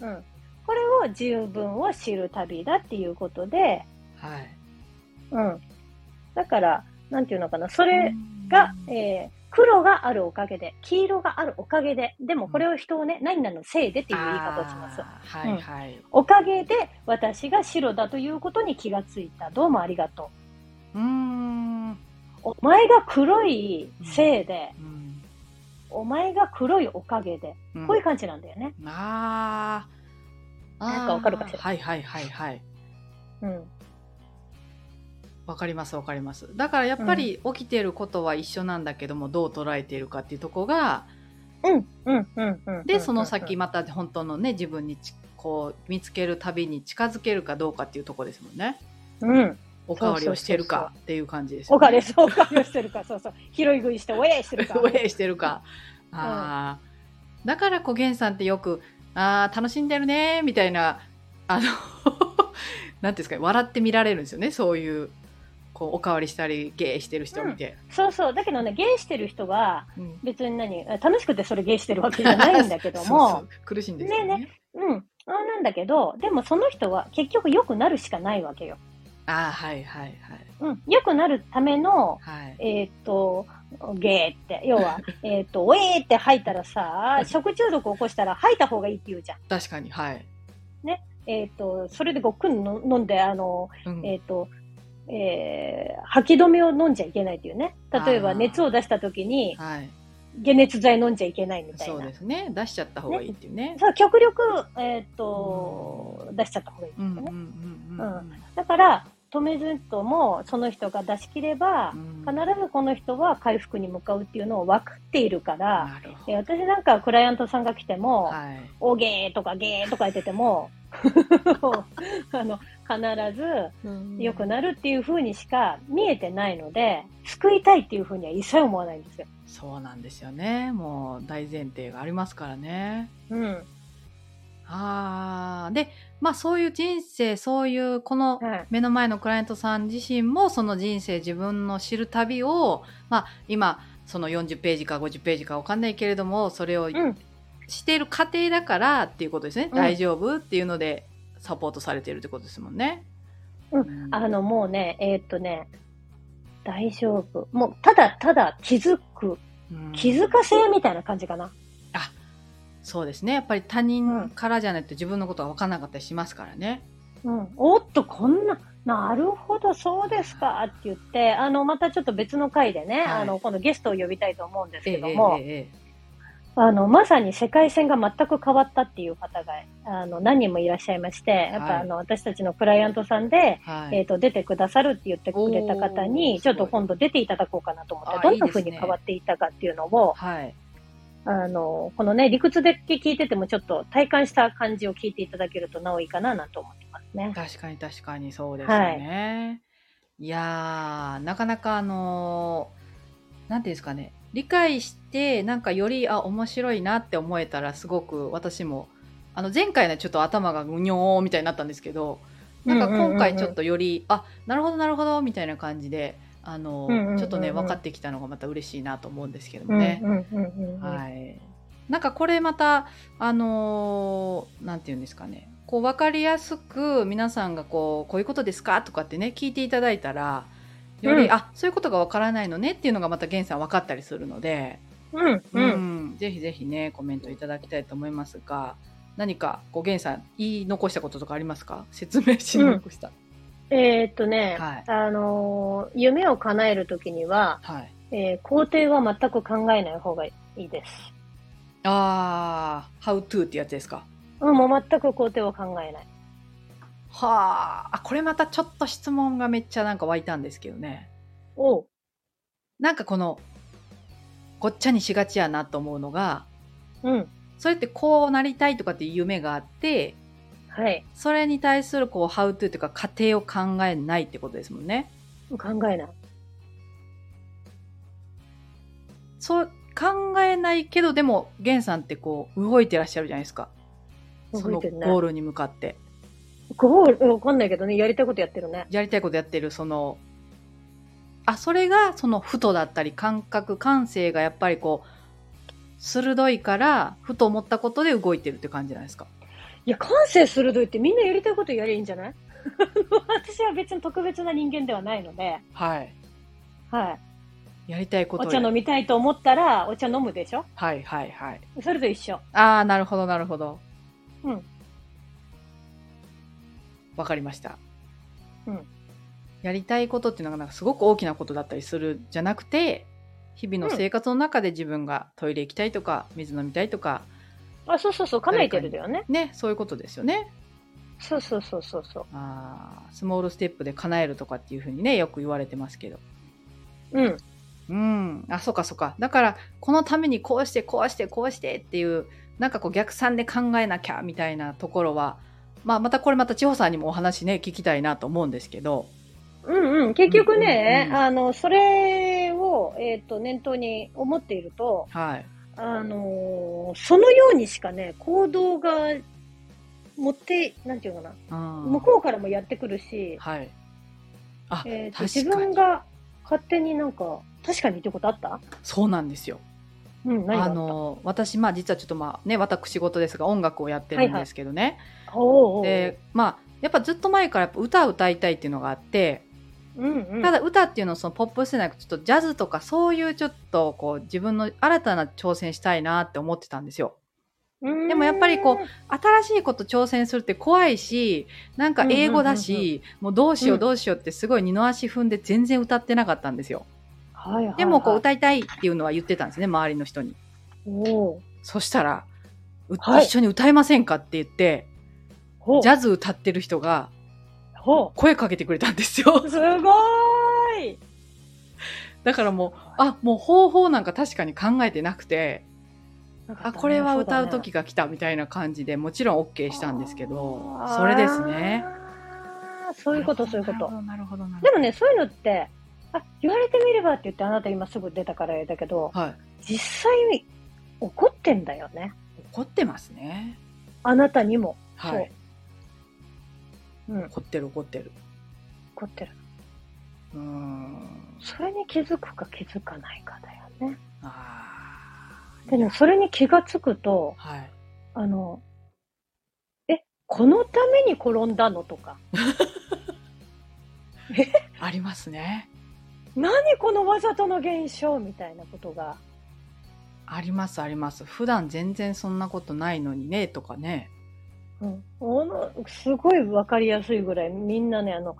[SPEAKER 2] うん。これを自分を知る旅だっていうことで、
[SPEAKER 1] はい
[SPEAKER 2] うん。だから、なんていうのかな、それが、えー黒があるおかげで、黄色があるおかげで、でもこれを人をね、何々のせいでっていう言い方をします。
[SPEAKER 1] あーはいはい
[SPEAKER 2] おかげで私が白だということに気がついた。どうもありがと
[SPEAKER 1] うーんう
[SPEAKER 2] う。お前が黒いせいで、
[SPEAKER 1] ん
[SPEAKER 2] お前が黒いおかげで、
[SPEAKER 1] うん
[SPEAKER 2] こういう感じなんだよね。
[SPEAKER 1] あーあ
[SPEAKER 2] なんかわかるかしら
[SPEAKER 1] ーはいはいはいはい
[SPEAKER 2] うん。
[SPEAKER 1] わかりますわかりますだからやっぱり起きてることは一緒なんだけども、どう捉えているかっていうとこが
[SPEAKER 2] うん、うん、うん、うん。
[SPEAKER 1] でその先
[SPEAKER 2] ま
[SPEAKER 1] また本当のね自分にちこう見つけるたびに近づけるかどうかっていうとこですもんね
[SPEAKER 2] うん。
[SPEAKER 1] おかわりをしてるかっていう感じですよ
[SPEAKER 2] お
[SPEAKER 1] ね
[SPEAKER 2] かげで、おかげをしてるか、そうそう。拾い食いして、おえいし てるか。
[SPEAKER 1] 応援してるか。あーだから、こげんさんってよく、あー楽しんでるねーみたいな、あの、 なんていうんですか、笑って見られるんですよね、そういう、こう、おかわりしたり、ゲーしてる人を見て。
[SPEAKER 2] そうそう。だけどね、ゲイしてる人は、
[SPEAKER 1] うん
[SPEAKER 2] 別に何、楽しくてそれゲイしてるわけじゃないんだけ ど
[SPEAKER 1] そう
[SPEAKER 2] も、
[SPEAKER 1] そう苦しいんですよね。
[SPEAKER 2] ねうん。あーなんだけど、でもその人は結局良くなるしかないわけよ。
[SPEAKER 1] ああ、はいはいはい。
[SPEAKER 2] うん。良くなるための、
[SPEAKER 1] はい。
[SPEAKER 2] えーっと、ゲーって、要は、えーっと、おえーって吐いたらさ、食中毒起こしたら吐いた方がいいって言うじゃん。
[SPEAKER 1] 確かに、はい。
[SPEAKER 2] えーっと、それでごっくんの飲んで、あの、
[SPEAKER 1] うん
[SPEAKER 2] えーっと、えー、吐き止めを飲んじゃいけないっていうね。例え
[SPEAKER 1] あ
[SPEAKER 2] ば
[SPEAKER 1] ー
[SPEAKER 2] 熱を出した時に、
[SPEAKER 1] はい。
[SPEAKER 2] 解熱剤飲んじゃいけないみたい
[SPEAKER 1] そう
[SPEAKER 2] な
[SPEAKER 1] で。すね出しちゃった方がいいっていうね
[SPEAKER 2] そう極力、えーっと、出しちゃった方がいいです
[SPEAKER 1] う
[SPEAKER 2] よ
[SPEAKER 1] ん
[SPEAKER 2] ね。
[SPEAKER 1] うんうんう
[SPEAKER 2] うん
[SPEAKER 1] ん
[SPEAKER 2] だから、止めずとも、その人が出し切れば
[SPEAKER 1] う、ん
[SPEAKER 2] 必ずこの人は回復に向かうっていうのを分かっているから、
[SPEAKER 1] なるほ
[SPEAKER 2] え私なんかクライアントさんが来て
[SPEAKER 1] ど
[SPEAKER 2] も、
[SPEAKER 1] はい
[SPEAKER 2] おげーとかげーとか言って ても、あの、必ず良くなるっていう風にしか見えてないので、救いたいっていう風には一切思わないんですよ。
[SPEAKER 1] そうなんですよねもう大前提がありますからね
[SPEAKER 2] うん。
[SPEAKER 1] あーでまあそういう人生そういうこの
[SPEAKER 2] はい。
[SPEAKER 1] 目の前のクライアントさん自身もその人生自分の知る旅を、まあ、今その40ページか50ページかわかんないけれどもそれを
[SPEAKER 2] うん。
[SPEAKER 1] している過程だからっていうことですね、
[SPEAKER 2] うん
[SPEAKER 1] 大丈夫っていうのでサポートされてるってことですもんね。
[SPEAKER 2] うん
[SPEAKER 1] ん
[SPEAKER 2] あの、もうね、えーっとね、大丈夫。もう、ただただ気づく。
[SPEAKER 1] うん
[SPEAKER 2] 気づかせみたいな感じかな。
[SPEAKER 1] そうですねやっぱり他
[SPEAKER 2] うん
[SPEAKER 1] 人からじゃないと自分のことが分かんなかったりしますからね。
[SPEAKER 2] うん。おっと、こんな、なるほど、そうですかって言って、あの、またちょっと別の回でね、
[SPEAKER 1] はい
[SPEAKER 2] あの、今度ゲストを呼びたいと思うんです
[SPEAKER 1] え
[SPEAKER 2] け
[SPEAKER 1] え
[SPEAKER 2] ど
[SPEAKER 1] え
[SPEAKER 2] も、
[SPEAKER 1] ええ
[SPEAKER 2] あの、まさに世界線が全く変わったっていう方が、あの、何人もいらっしゃいまして、やっぱ、
[SPEAKER 1] はい
[SPEAKER 2] あの、私たちのクライアントさんで、
[SPEAKER 1] えは
[SPEAKER 2] えっ、と、出てくださるって言ってくれた方
[SPEAKER 1] お
[SPEAKER 2] に、
[SPEAKER 1] ー
[SPEAKER 2] ちょっと今度出ていただこうかなと思っ
[SPEAKER 1] あ
[SPEAKER 2] て、
[SPEAKER 1] ー
[SPEAKER 2] どん
[SPEAKER 1] い
[SPEAKER 2] ない
[SPEAKER 1] です
[SPEAKER 2] 風
[SPEAKER 1] ね
[SPEAKER 2] に変わっていったかっていうのを、
[SPEAKER 1] はい
[SPEAKER 2] あの、このね、理屈だけ聞いてても、ちょっと体感した感じを聞いていただけるとなおいいかな、なんて思ってますね。
[SPEAKER 1] 確かに確かにそうですよね。い、やーなかなかあのーなんていうんですかね理解してなんかよりあ面白いなって思えたらすごく私もあの前回のちょっと頭がぐにょーみたいになったんですけどなんか今回ちょっとより、あなるほどなるほどみたいな感じであのー
[SPEAKER 2] うんうんうんうん
[SPEAKER 1] ちょっとね分かってきたのがまた嬉しいなと思うんですけど
[SPEAKER 2] う
[SPEAKER 1] も
[SPEAKER 2] ん、
[SPEAKER 1] ね。
[SPEAKER 2] うんうんうんうん。
[SPEAKER 1] はい、なんかこれまたあのーなんて言うんですかねこう分かりやすく皆さんがこうこういうことですかとかってね聞いていただいたらより、
[SPEAKER 2] うん
[SPEAKER 1] あそういうことが分からないのねっていうのがまた源さん分かったりするので、
[SPEAKER 2] うん、うん。
[SPEAKER 1] んぜひぜひねコメントいただきたいと思いますが何かこう源さん言い残したこととかありますか説明し残した、
[SPEAKER 2] えーっとね、
[SPEAKER 1] はい
[SPEAKER 2] あのー夢を叶えるときには、
[SPEAKER 1] はい、
[SPEAKER 2] えー工程は全く考えない方がいいです。
[SPEAKER 1] あー「How to」ってやつですか
[SPEAKER 2] うん、もう全く工程を考えない。
[SPEAKER 1] はーあこれまたちょっと質問がめっちゃなんか湧いたんですけどね
[SPEAKER 2] おう。
[SPEAKER 1] なんかこのごっちゃにしがちやなと思うのが
[SPEAKER 2] うん。
[SPEAKER 1] それってこうなりたいとかっていう夢があって
[SPEAKER 2] はい。
[SPEAKER 1] それに対するこうハウトゥーというか過程を考えないってことですもんね。
[SPEAKER 2] 考えない。
[SPEAKER 1] そう考えないけどでもゲンさんってこう動いてらっしゃるじゃないですか。そ
[SPEAKER 2] 動い
[SPEAKER 1] のゴ
[SPEAKER 2] てるね
[SPEAKER 1] ー。ルに向かって
[SPEAKER 2] ゴール、わかんないけどね、やりたいことやってるね。
[SPEAKER 1] やりたいことやってるそのあそれがそのふとだったり感覚感性がやっぱりこう鋭いからふと思ったことで動いてるって感じなんですか。
[SPEAKER 2] いや、感性鋭いってみんなやりたいことやりゃいいんじゃない あの私は別に特別な人間ではないので、
[SPEAKER 1] はい。
[SPEAKER 2] はい。
[SPEAKER 1] やりたいこと
[SPEAKER 2] お
[SPEAKER 1] を
[SPEAKER 2] 茶飲みたいと思ったら、お茶飲むでしょ
[SPEAKER 1] はいはいはい。
[SPEAKER 2] それと一緒。
[SPEAKER 1] ああ、なるほどなるほど。
[SPEAKER 2] うん。
[SPEAKER 1] わかりました。
[SPEAKER 2] うん。
[SPEAKER 1] やりたいことっていうのがなんかすごく大きなことだったりするじゃなくて、日々の生活の中で自分がトイレ行きたいとか、水飲みたいとか、
[SPEAKER 2] あ、そうそうそう、叶えてるだよね。
[SPEAKER 1] ね、そういうことですよね。
[SPEAKER 2] そうそうそうそうそう。
[SPEAKER 1] ああ、スモールステップで叶えるとかっていうふうにね、よく言われてますけど。
[SPEAKER 2] うん。
[SPEAKER 1] うん。あ、そうかそうか。だから、このためにこうして、こうして、こうしてっていう、なんかこう逆算で考えなきゃみたいなところは、まあまたこれまた千穂さんにもお話ね、聞きたいなと思うんですけど。
[SPEAKER 2] うんうん。結局ね、
[SPEAKER 1] うんうんうん
[SPEAKER 2] あの、それを、えっ、と、念頭に思っていると、
[SPEAKER 1] はい。
[SPEAKER 2] あのーそのようにしかね、行動が持って、なんていうのか
[SPEAKER 1] うん
[SPEAKER 2] な、向こうからもやってくるし、
[SPEAKER 1] はい。あ、
[SPEAKER 2] えーと自
[SPEAKER 1] 確か
[SPEAKER 2] 分
[SPEAKER 1] に。
[SPEAKER 2] が勝手になんか、確かにってことあった
[SPEAKER 1] そうなんですよ。
[SPEAKER 2] うん、何があ
[SPEAKER 1] あ
[SPEAKER 2] った
[SPEAKER 1] の、私、まあ実はちょっとまあね、私事ですが音楽をやってるんですけどね。
[SPEAKER 2] おうおうおう
[SPEAKER 1] で、まあ、やっぱずっと前からやっぱ歌を歌いたいっていうのがあって、
[SPEAKER 2] うんうん、
[SPEAKER 1] ただ歌っていうのはそのポップスじゃなくちょっとジャズとかそういうちょっとこう自分の新たな挑戦したいなって思ってたんですよ。
[SPEAKER 2] で
[SPEAKER 1] でもやっぱりこ新しいこと挑戦するって怖いしなんか英語だし、もうどうしようどうしようってすごい二の足踏んで全然歌ってなかったんですよ。
[SPEAKER 2] ははいはいはい、
[SPEAKER 1] でもこう歌いたいっていうのは言ってたんですね周りの人に。
[SPEAKER 2] おー
[SPEAKER 1] そしたら、う
[SPEAKER 2] はい
[SPEAKER 1] 一緒に歌えませんかって言って
[SPEAKER 2] ほう
[SPEAKER 1] ジャズ歌ってる人が
[SPEAKER 2] ほ
[SPEAKER 1] 声かけてくれたんですよ
[SPEAKER 2] う。すごーい
[SPEAKER 1] だからもうあもう方法なんか確かに考えてなくて
[SPEAKER 2] なんか
[SPEAKER 1] あこれは歌う時
[SPEAKER 2] そ
[SPEAKER 1] が来たみたいな感じでもちろん OK したんですけど
[SPEAKER 2] だね
[SPEAKER 1] それですね。
[SPEAKER 2] あーそういうこと、そういうこと。
[SPEAKER 1] なるほどなるほどなるほ
[SPEAKER 2] でもね、そういうのって、あ、言われてみればって言ってあなた今すぐ出たからあれだけど、
[SPEAKER 1] どはい
[SPEAKER 2] 実際に怒ってんだよね。
[SPEAKER 1] 怒ってますね
[SPEAKER 2] あなたにも。。
[SPEAKER 1] はいう
[SPEAKER 2] うん、
[SPEAKER 1] 怒ってる怒ってる
[SPEAKER 2] 怒ってる。
[SPEAKER 1] うーん
[SPEAKER 2] それに気づくか気づかないかだよね。
[SPEAKER 1] あー
[SPEAKER 2] でね、それに気がつくと、
[SPEAKER 1] はい
[SPEAKER 2] あの、え、このために転んだのとか、
[SPEAKER 1] ありますね
[SPEAKER 2] 何このわざとの現象みたいなことが、
[SPEAKER 1] ありますあります普段全然そんなことないのにねとかね
[SPEAKER 2] うん、ものすごいわかりやすいぐらい、みんなね、あの、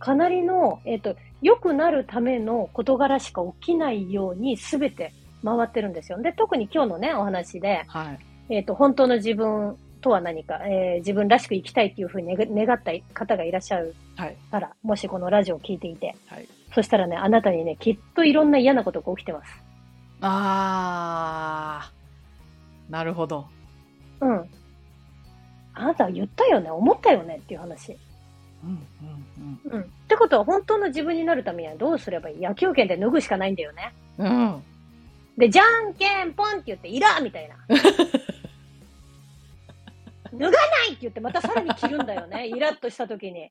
[SPEAKER 2] かなりの、えっ、と、良くなるための事柄しか起きないように全て回ってるんですよ。で、特に今日のね、お話で、
[SPEAKER 1] はい
[SPEAKER 2] えっ、と、本当の自分とは何か、えー自分らしく生きたいっていうふうに願願った方がいらっしゃる
[SPEAKER 1] はい
[SPEAKER 2] から、もしこのラジオを聞いていて、
[SPEAKER 1] はい
[SPEAKER 2] そしたらね、あなたにね、きっといろんな嫌なことが起きてます。
[SPEAKER 1] あーなるほど
[SPEAKER 2] うん。あなたは言ったよね、思ったよねっていう話。
[SPEAKER 1] うんうん
[SPEAKER 2] うん。ってことは、本当の自分になるためにはどうすればいい野球拳で脱ぐしかないんだよね。
[SPEAKER 1] うんうん
[SPEAKER 2] で、じゃんけんぽんって言って、いらんみたいな。脱がないって言って、またさらに着るんだよね。イラッとした時に。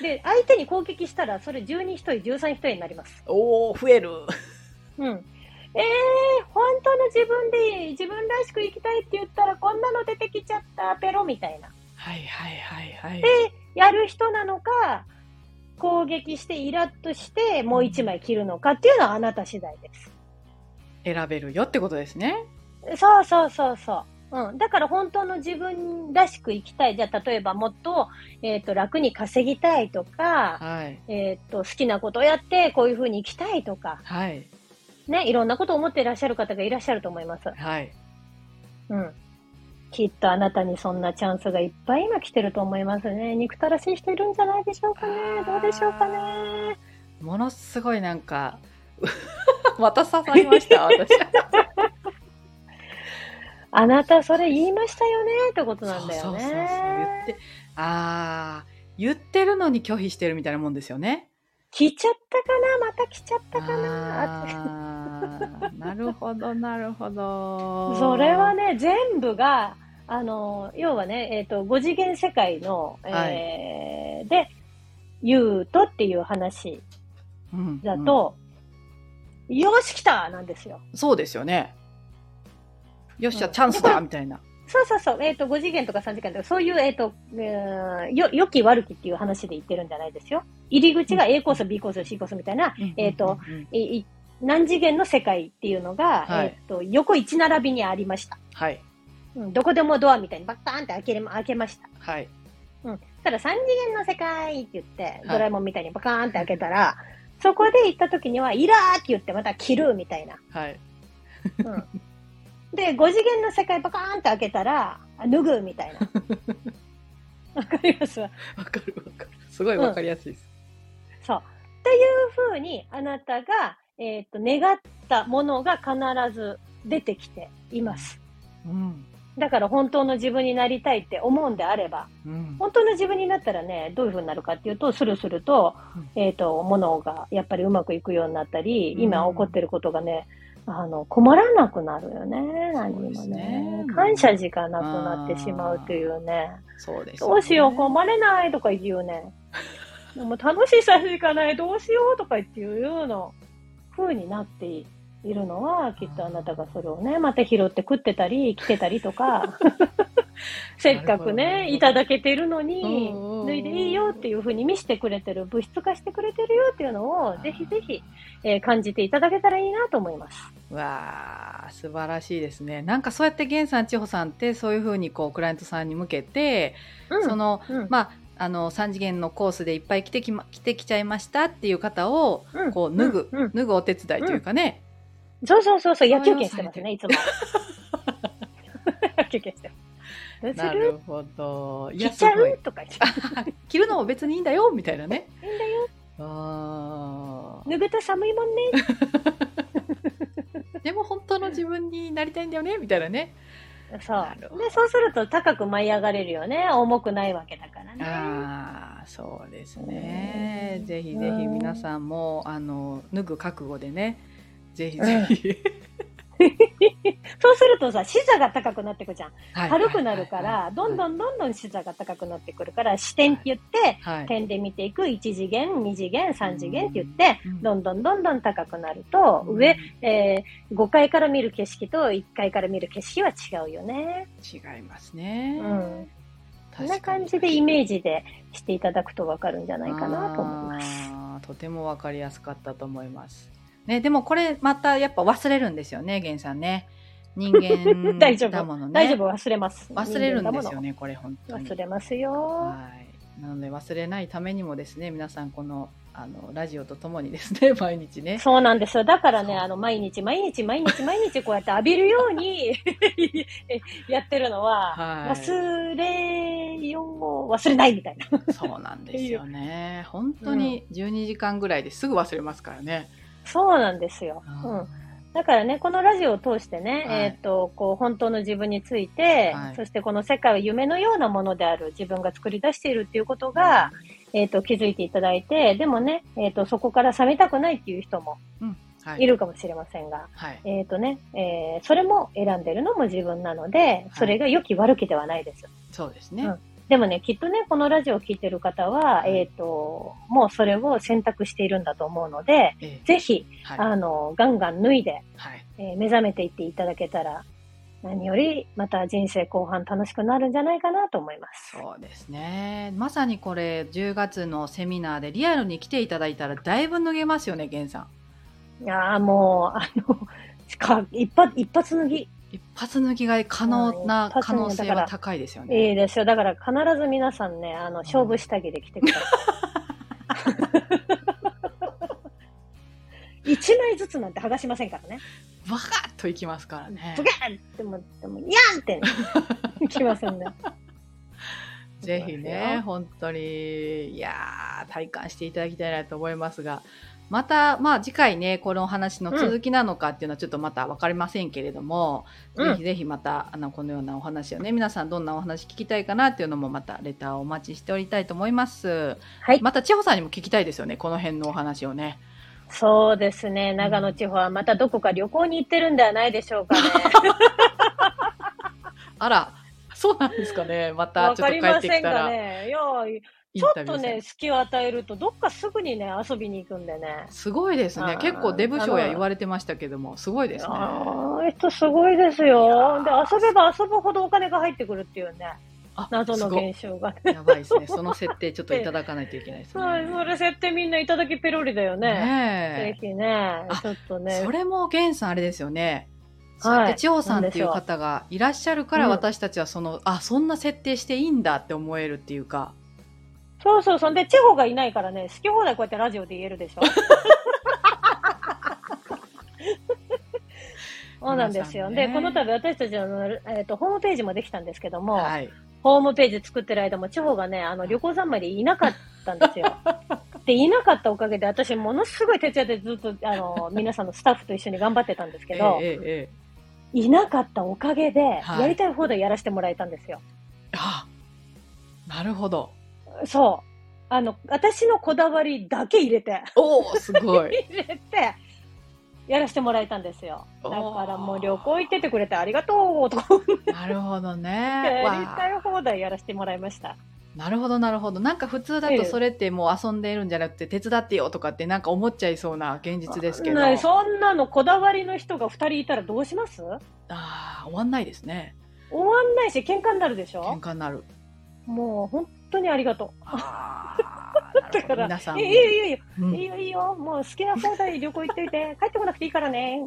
[SPEAKER 2] で、相手に攻撃したら、それ12一人、13一人になります。
[SPEAKER 1] おお増える
[SPEAKER 2] うん。えー、本当の自分でいい自分らしく生きたいって言ったら、こんなの出てきちゃった、ペロみたいな。
[SPEAKER 1] はいはいはいはい
[SPEAKER 2] やる人なのか、攻撃してイラッとして、もう一枚切るのかっていうのはあなた次第です。
[SPEAKER 1] 選べるよってことですね
[SPEAKER 2] そうそうそうそう。うん。だから本当の自分らしく生きたい。じゃあ、例えばもっと、えっ、と、楽に稼ぎたいとか、
[SPEAKER 1] はい
[SPEAKER 2] えっ、と、好きなことをやって、こういう風に生きたいとか、
[SPEAKER 1] はい
[SPEAKER 2] ね、いろんなことを思っていらっしゃる方がいらっしゃると思います。
[SPEAKER 1] はい
[SPEAKER 2] うん。きっとあなたにそんなチャンスがいっぱい今来てると思いますね。憎たらしい人いるんじゃないでしょうかね。どうでしょうかね。
[SPEAKER 1] ものすごいなんかまた刺さりました私
[SPEAKER 2] あなたそれ言いましたよねってことなんだよ
[SPEAKER 1] そうそうそうそう
[SPEAKER 2] ね。
[SPEAKER 1] 言ってああ言ってるのに拒否してるみたいなもんですよね
[SPEAKER 2] 来ちゃったかなまた来ちゃったかなって
[SPEAKER 1] あーなるほどなるほど
[SPEAKER 2] それはね、全部が、あの、要はね、えっ、と、5次元世界の、
[SPEAKER 1] はい
[SPEAKER 2] えーで、言うとっていう話
[SPEAKER 1] うん
[SPEAKER 2] だと、よし来たなんですよ。
[SPEAKER 1] うんそうですよねよっしゃ、
[SPEAKER 2] うん
[SPEAKER 1] チャンスだみたいな
[SPEAKER 2] そうそうそう、えっ、と、5次元とか3次元とか、そういう、えっ、と、えーよ、良き悪きっていう話で言ってるんじゃないですよ。入り口が A コース、B コース、C コースみたいな、えーと、
[SPEAKER 1] うんうんうん
[SPEAKER 2] いい何次元の世界っていうのが、
[SPEAKER 1] はい
[SPEAKER 2] えっ、と、横一並びにありました。
[SPEAKER 1] はい
[SPEAKER 2] うん、どこでもドアみたいにバッカーンって開けれま開けました。
[SPEAKER 1] はい
[SPEAKER 2] ただ3次元の世界って言って、ドラえもんみたいにバカーンって開けたら、そこで行った時には、イラーって言ってまた切るみたいな。
[SPEAKER 1] はい
[SPEAKER 2] で、5次元の世界バカーンって開けたら、あ脱ぐみたいな。わかります
[SPEAKER 1] わかるわかるすごいわかりやすいです、
[SPEAKER 2] そう。っていう風に、あなたが、えっ、と、願ったものが必ず出てきています。
[SPEAKER 1] うん
[SPEAKER 2] だから本当の自分になりたいって思うんであれば、
[SPEAKER 1] うん
[SPEAKER 2] 本当の自分になったらね、どういう風になるかっていうと、スルスルと
[SPEAKER 1] うん、
[SPEAKER 2] えっ、と、ものがやっぱりうまくいくようになったり、
[SPEAKER 1] うん
[SPEAKER 2] 今起こってることがね、あの、困らなくなるよね、何に
[SPEAKER 1] そう
[SPEAKER 2] も
[SPEAKER 1] ですね
[SPEAKER 2] ね。感謝時間なくなってしまうというね、
[SPEAKER 1] そうです、ね、
[SPEAKER 2] どうしよう、困れないとか言うね。でも楽しさしかない、どうしようとかっていうような風になっているのは、きっとあなたがそれをね、また拾って食ってたり、着てたりと か、せっかく
[SPEAKER 1] なるほ
[SPEAKER 2] ね、
[SPEAKER 1] ど
[SPEAKER 2] いただけてるのに
[SPEAKER 1] うんうんうん、
[SPEAKER 2] 脱いでいいよっていう風に見せてくれてる、物質化してくれてるよっていうのを、ぜひぜひ、えー感じていただけたらいいなと思います。
[SPEAKER 1] わあ素晴らしいですねなんかそうやって源さん千穂さんってそういうふうにこうクライアントさんに向けて、
[SPEAKER 2] うん
[SPEAKER 1] その
[SPEAKER 2] うん
[SPEAKER 1] まああの3次元のコースでいっぱい来てき,、ま、来てきちゃいましたっていう方を
[SPEAKER 2] うん
[SPEAKER 1] こう脱ぐ、
[SPEAKER 2] うんうん
[SPEAKER 1] 脱ぐお手伝いというかね、
[SPEAKER 2] そうそうそう
[SPEAKER 1] そ
[SPEAKER 2] そう、
[SPEAKER 1] ういう
[SPEAKER 2] 野
[SPEAKER 1] の
[SPEAKER 2] 球拳してますね、いつ も。野球拳してます。どう
[SPEAKER 1] な
[SPEAKER 2] する
[SPEAKER 1] るほどい
[SPEAKER 2] 切
[SPEAKER 1] や
[SPEAKER 2] っ
[SPEAKER 1] す
[SPEAKER 2] ちゃ
[SPEAKER 1] ごいう
[SPEAKER 2] とか言 って。
[SPEAKER 1] 着るのも別にいいんだよみたいなね
[SPEAKER 2] いいんだよ。
[SPEAKER 1] あー
[SPEAKER 2] 脱ぐと寒いもんね。
[SPEAKER 1] でも本当の自分になりたいんだよねみたいなねなる
[SPEAKER 2] そ
[SPEAKER 1] ほ
[SPEAKER 2] う。
[SPEAKER 1] ど
[SPEAKER 2] で、そうすると高く舞い上がれるよね。重くないわけだからね。
[SPEAKER 1] ああそうですね、
[SPEAKER 2] うん
[SPEAKER 1] ぜひぜひ皆さんもあの脱ぐ覚悟でねぜひぜひ、
[SPEAKER 2] そうするとさ、視座が高くなってくじゃん。
[SPEAKER 1] はい
[SPEAKER 2] 軽くなるから、どんど
[SPEAKER 1] ん、
[SPEAKER 2] んどんどん視座が高くなってくるから、視点って言って、
[SPEAKER 1] はい、
[SPEAKER 2] 点で見ていく、1次元、2次元、3次元って言って
[SPEAKER 1] うん、
[SPEAKER 2] どんどんどんどん高くなると、上、えー、5階から見る景色と1階から見る景色は違うよね。
[SPEAKER 1] 違いますね、
[SPEAKER 2] うん。
[SPEAKER 1] 確か
[SPEAKER 2] こ
[SPEAKER 1] に
[SPEAKER 2] んな感じでイメージでしていただくとわかるんじゃないかなと思います。
[SPEAKER 1] あーとてもわかりやすかったと思います。ね、でもこれまたやっぱ忘れるんですよね、源さんね。人間
[SPEAKER 2] 大丈夫
[SPEAKER 1] だものね。
[SPEAKER 2] 大丈夫、忘れます。
[SPEAKER 1] 忘れるんです
[SPEAKER 2] 人間
[SPEAKER 1] よ
[SPEAKER 2] だ
[SPEAKER 1] ね、これ本当
[SPEAKER 2] もの
[SPEAKER 1] に。
[SPEAKER 2] 忘れますよ。
[SPEAKER 1] はい。なので忘れないためにもですね、皆さんこのあのラジオとともにですね、 毎日ね。
[SPEAKER 2] そうなんですよ。だから
[SPEAKER 1] そ
[SPEAKER 2] ね、
[SPEAKER 1] う
[SPEAKER 2] あの、毎日毎日毎日毎日こうやって浴びるように やってるのは、
[SPEAKER 1] は
[SPEAKER 2] 忘れよう、忘れないみたいな。
[SPEAKER 1] い。そうなんですよね。本当に12時間ぐらいですぐ忘れますからね。
[SPEAKER 2] そうなんですよ。うん。だからね、このラジオを通してね、
[SPEAKER 1] はい
[SPEAKER 2] えーっと、こう、本当の自分について、
[SPEAKER 1] はい
[SPEAKER 2] そしてこの世界は夢のようなものである、自分が作り出しているっていうことが、えーっと、気づいていただいて、でもね、えーっと、そこから冷めたくないっていう人も
[SPEAKER 1] うん。はいい。
[SPEAKER 2] るかもしれませんが、
[SPEAKER 1] はい。
[SPEAKER 2] えーっとね、えーそれも選んでるのも自分なので、それが良き悪きではないです。
[SPEAKER 1] そうですね。
[SPEAKER 2] うんでもね、きっとね、このラジオを聞いてる方は、
[SPEAKER 1] はい
[SPEAKER 2] えーっと、もうそれを選択しているんだと思うので、
[SPEAKER 1] ええ
[SPEAKER 2] ぜひ、
[SPEAKER 1] はい。
[SPEAKER 2] あの、ガンガン脱いで、
[SPEAKER 1] はい。
[SPEAKER 2] えー目覚めていっていただけたら、何よりまた人生後半楽しくなるんじゃないかなと思います。
[SPEAKER 1] そうですね。まさにこれ10月のセミナーでリアルに来ていただいたらだいぶ脱げますよね、源さん。
[SPEAKER 2] いやーもう、あの、か一発、一発脱ぎ。
[SPEAKER 1] 一発脱ぎが可能
[SPEAKER 2] うん
[SPEAKER 1] な
[SPEAKER 2] 一発脱ぎ
[SPEAKER 1] 可能性は高いですよ
[SPEAKER 2] いい
[SPEAKER 1] ね。
[SPEAKER 2] ですよ。だから必ず皆さんね、あの、勝負下着で来てください。一枚ずつなんて剥がしませんからね。
[SPEAKER 1] バカッといきますからね
[SPEAKER 2] ブ。ガーンって思っても、やんって、ね、来ませんね。
[SPEAKER 1] ぜひね、
[SPEAKER 2] 行
[SPEAKER 1] 本当に、いやー、体感していただきたいなと思いますが、また、まあ次回ね、このお話の続きなのかっていうのはちょっとまた分かりませんけれども、
[SPEAKER 2] うん
[SPEAKER 1] ぜひぜひまた、あの、このようなお話をね、皆さんどんなお話聞きたいかなっていうのもまたレターをお待ちしておりたいと思います。
[SPEAKER 2] はい
[SPEAKER 1] また千穂さんにも聞きたいですよね、この辺のお話をね。
[SPEAKER 2] そうですね。長野地方はまたどこか旅行に行ってるんではないでしょうかね。
[SPEAKER 1] あら、そうなんですかね。また
[SPEAKER 2] わ
[SPEAKER 1] ちょっと
[SPEAKER 2] か
[SPEAKER 1] 帰
[SPEAKER 2] りま
[SPEAKER 1] って
[SPEAKER 2] せ
[SPEAKER 1] きた、
[SPEAKER 2] んからね。いや、
[SPEAKER 1] イン
[SPEAKER 2] ちょ
[SPEAKER 1] タ
[SPEAKER 2] っ
[SPEAKER 1] ビュ
[SPEAKER 2] と
[SPEAKER 1] ー
[SPEAKER 2] ね、
[SPEAKER 1] する
[SPEAKER 2] 隙を与えると、どっかすぐにね、遊びに行くんでね。
[SPEAKER 1] すごいです
[SPEAKER 2] あ
[SPEAKER 1] ね
[SPEAKER 2] ー。
[SPEAKER 1] 結構デブ賞や言われてましたけども、すごいですね。
[SPEAKER 2] ああ、人すごいですよ。で、遊べば遊ぶほどお金が入ってくるっていうね、
[SPEAKER 1] あ
[SPEAKER 2] 謎
[SPEAKER 1] す
[SPEAKER 2] の
[SPEAKER 1] ごい
[SPEAKER 2] 現象がね。
[SPEAKER 1] やばいです ね。その設定ちょっといただかないといけないですね。
[SPEAKER 2] はい、それ設定みんないただきペロリだよね。ぜ
[SPEAKER 1] ね
[SPEAKER 2] ひね
[SPEAKER 1] あ、
[SPEAKER 2] ちょっと
[SPEAKER 1] え
[SPEAKER 2] ね
[SPEAKER 1] そ。れもゲンさんあれですよね。
[SPEAKER 2] はい
[SPEAKER 1] そうやって千穂さんっていう
[SPEAKER 2] なんでしょ
[SPEAKER 1] 方
[SPEAKER 2] う
[SPEAKER 1] がいらっしゃるから
[SPEAKER 2] うん
[SPEAKER 1] 私たちはその、あそんな設定していいんだって思えるっていうか
[SPEAKER 2] そうそう、そんで、地方がいないからね、好き放題こうやってラジオで言える でしょ。そうなんです
[SPEAKER 1] 皆
[SPEAKER 2] よ。
[SPEAKER 1] さんね
[SPEAKER 2] で、この度私たちの、えっとホームページもできたんですけども、
[SPEAKER 1] はい
[SPEAKER 2] ホームページ作ってる間も、地方がね、あの旅行三昧でいなかったんで すよ。で、いなかったおかげで、私、ものすごい徹夜でずっと、あの、皆さんのスタッフと一緒に頑張ってたんですけど、
[SPEAKER 1] えええええ
[SPEAKER 2] いなかったおかげで、
[SPEAKER 1] はい
[SPEAKER 2] やりたい放題やらせてもらえたんですよ。
[SPEAKER 1] えあなるほど
[SPEAKER 2] そう。あの、私のこだわりだけ入れて、
[SPEAKER 1] おおすご い
[SPEAKER 2] 入れて、やらせてもらえたんですよ。だからもう旅行行っててくれてありがとうとか思って、
[SPEAKER 1] なるほどね
[SPEAKER 2] や
[SPEAKER 1] わ
[SPEAKER 2] り
[SPEAKER 1] あ
[SPEAKER 2] たい放題やらせてもらいました。
[SPEAKER 1] なるほどなるほどなんか普通だとそれってもう遊んでいるんじゃなくて手伝ってよとかってなんか思っちゃいそうな現実ですけど
[SPEAKER 2] ねそんなのこだわりの人が2人いたらどうします
[SPEAKER 1] あー終わんないですね
[SPEAKER 2] 終わんないし、喧嘩になるでし
[SPEAKER 1] 喧
[SPEAKER 2] ょ
[SPEAKER 1] 嘩になる
[SPEAKER 2] もう本当にありがとう。
[SPEAKER 1] あーなる
[SPEAKER 2] だ
[SPEAKER 1] ほど
[SPEAKER 2] から、
[SPEAKER 1] 皆さん
[SPEAKER 2] い
[SPEAKER 1] も
[SPEAKER 2] いよいいよいいよ、
[SPEAKER 1] うん
[SPEAKER 2] いい よいいよ、もう好きな放題旅行行っといて、帰ってこなくていいからね。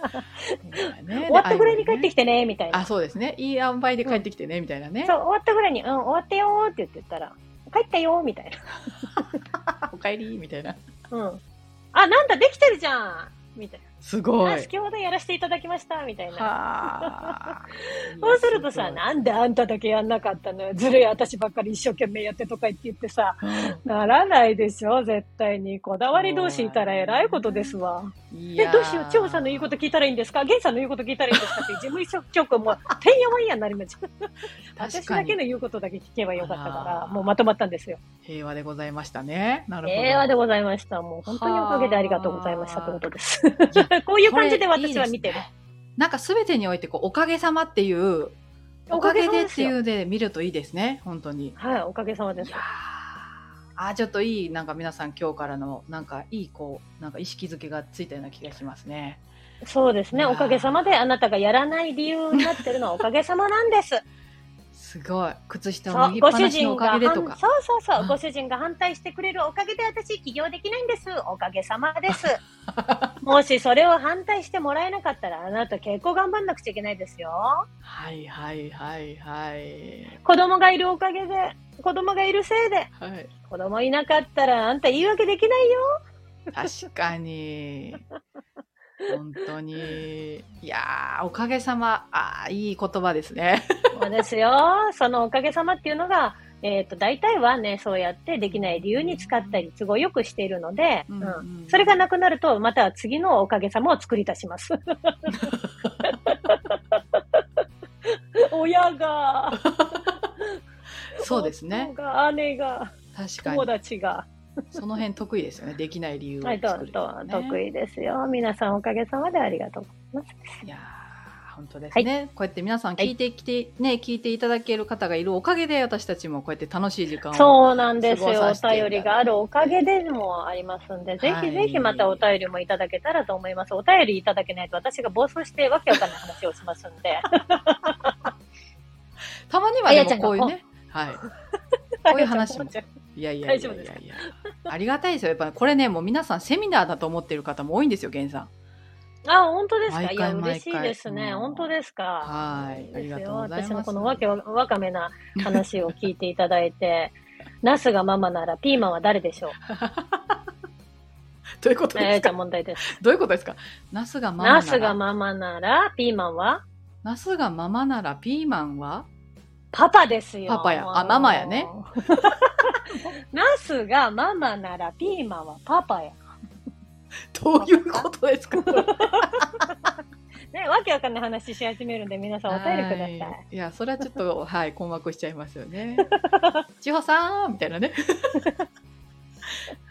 [SPEAKER 2] 終わったぐらいに帰ってきてね、みたいな。
[SPEAKER 1] あ、そうですね。いい塩梅で帰ってきてね、みたいなね。
[SPEAKER 2] そう、終わったぐらいに、うん、終わったよーって言ってたら、帰ったよーみたいな。
[SPEAKER 1] おかえり、みたいな。
[SPEAKER 2] うん。あ、なんだ、できてるじゃんみたいな。
[SPEAKER 1] すご
[SPEAKER 2] あ
[SPEAKER 1] い。
[SPEAKER 2] 先ほどやらせていただきました、みたいな。
[SPEAKER 1] はあ。
[SPEAKER 2] そうするとさ、
[SPEAKER 1] な
[SPEAKER 2] なんであんただけやんなかったのよ。ずるい私ばっかり一生懸命やってとか言って言ってさ、ならないでしょ、絶対に。こだわり同士いたら偉いことですわ。
[SPEAKER 1] い
[SPEAKER 2] え、
[SPEAKER 1] やー
[SPEAKER 2] どうしよう、千穂さんの言うこと聞いたらいいんですか源さんの言うこと聞いたらいいんですかって、事務所 局も、てんやわんやになりました。私
[SPEAKER 1] 確か
[SPEAKER 2] だけ
[SPEAKER 1] に
[SPEAKER 2] の言うことだけ聞けばよかったから、
[SPEAKER 1] あー
[SPEAKER 2] もうまとまったんですよ。
[SPEAKER 1] 平和でございましたね。なるほど。
[SPEAKER 2] 平和でございました。もう本当におかげでありがとうございましたってことです。 こういう感じで私は見てる。
[SPEAKER 1] これいいですねなんか全てにおいてこうおかげさまっていうおかげ
[SPEAKER 2] さま
[SPEAKER 1] でっ
[SPEAKER 2] す
[SPEAKER 1] て
[SPEAKER 2] よ
[SPEAKER 1] いうで見るといいですね本当にい
[SPEAKER 2] はい、おかげさま
[SPEAKER 1] や
[SPEAKER 2] です
[SPEAKER 1] ー。あーちょっといいなんか皆さん今日からのなんかいいこうなんか意識づけがついたような気がしますね
[SPEAKER 2] そうですね。
[SPEAKER 1] あー
[SPEAKER 2] おかげさまであなたがやらない理由になってるのはおかげさまなんです。
[SPEAKER 1] すごい靴下
[SPEAKER 2] そ
[SPEAKER 1] を
[SPEAKER 2] う
[SPEAKER 1] 脱ぎっ
[SPEAKER 2] ご
[SPEAKER 1] ぱ
[SPEAKER 2] 主
[SPEAKER 1] なしのお
[SPEAKER 2] 人が
[SPEAKER 1] か
[SPEAKER 2] 反
[SPEAKER 1] げでと
[SPEAKER 2] そう
[SPEAKER 1] か
[SPEAKER 2] そうそうう。
[SPEAKER 1] ん
[SPEAKER 2] ご主人が反対してくれるおかげで私起業できないん です。おかげさまです。もしそれを反対してもらえなかったらあなた結構頑張んなくちゃいけないですよ。
[SPEAKER 1] はいはいはいはい
[SPEAKER 2] 子供がいるおかげで、子供がいるせいで、
[SPEAKER 1] はい
[SPEAKER 2] 子供いなかったらあんた言い訳できないよ。
[SPEAKER 1] 確かに本当にいやーおかげさまあーいい言葉ですね
[SPEAKER 2] そうですよ。そのおかげさまっていうのが、えっ、と、大体はね、そうやってできない理由に使ったり、都合よくしているので、
[SPEAKER 1] うんうん
[SPEAKER 2] それがなくなると、また次のおかげさまを作り出します。 親が、
[SPEAKER 1] そうですね
[SPEAKER 2] 夫が、姉が、
[SPEAKER 1] 確かに
[SPEAKER 2] 友達が、
[SPEAKER 1] その辺得意ですよね。できない理由を
[SPEAKER 2] はい、
[SPEAKER 1] 作
[SPEAKER 2] と
[SPEAKER 1] ると
[SPEAKER 2] と
[SPEAKER 1] か、ね。
[SPEAKER 2] 得
[SPEAKER 1] 意。
[SPEAKER 2] 意ですよ。皆さんおかげさまでありがとうございます。
[SPEAKER 1] いやー本当ですね、こうやって皆さん聞いてきて、ね聞いていただける方がいるおかげで私たちもこうやって楽しい時間を
[SPEAKER 2] そうなんです
[SPEAKER 1] 過ご
[SPEAKER 2] よ。お
[SPEAKER 1] させていただいて
[SPEAKER 2] 便りがあるおかげでもありますんで、ぜ
[SPEAKER 1] は
[SPEAKER 2] ひ
[SPEAKER 1] い
[SPEAKER 2] ぜひまたお便りもいただけたらと思います。お便りいただけないと私が暴走してわけわかんない話をしますんで。
[SPEAKER 1] たまには
[SPEAKER 2] あ
[SPEAKER 1] で
[SPEAKER 2] やちゃ
[SPEAKER 1] も
[SPEAKER 2] ん
[SPEAKER 1] こ
[SPEAKER 2] が
[SPEAKER 1] ういうねはい こういう話もいやいやいやい
[SPEAKER 2] 大丈
[SPEAKER 1] や
[SPEAKER 2] 夫
[SPEAKER 1] い
[SPEAKER 2] です
[SPEAKER 1] や
[SPEAKER 2] か
[SPEAKER 1] ありがたいですよやっぱこれねもう皆さんセミナーだと思ってる方も多いんですよ源さん
[SPEAKER 2] あ、本当ですか
[SPEAKER 1] 毎
[SPEAKER 2] いや、
[SPEAKER 1] 回
[SPEAKER 2] 嬉しいです
[SPEAKER 1] 毎
[SPEAKER 2] ね。
[SPEAKER 1] 回
[SPEAKER 2] 本当ですか
[SPEAKER 1] はいありがとうございます
[SPEAKER 2] ですよ私のこのわけわわかめな話を聞いていただいて、 ナスがママならピーマンは誰 でしょう
[SPEAKER 1] どういうこと
[SPEAKER 2] え
[SPEAKER 1] で
[SPEAKER 2] ー、
[SPEAKER 1] す
[SPEAKER 2] じ
[SPEAKER 1] か、
[SPEAKER 2] ゃあ問題です。
[SPEAKER 1] どういうことですかナスがママ
[SPEAKER 2] ナ
[SPEAKER 1] な
[SPEAKER 2] スが
[SPEAKER 1] ら
[SPEAKER 2] ママならピーマンは
[SPEAKER 1] ナスがママならピーマン は
[SPEAKER 2] パパですよ。
[SPEAKER 1] パパやあママやね。
[SPEAKER 2] ナスがママならピーマンはパパや。
[SPEAKER 1] どういうことですか
[SPEAKER 2] ね、わけわかんない話し始めるんで、皆さんお便りください。
[SPEAKER 1] はい。いや、それはちょっ と、はい、困惑しちゃいますよね。千穂さんみたいな ね。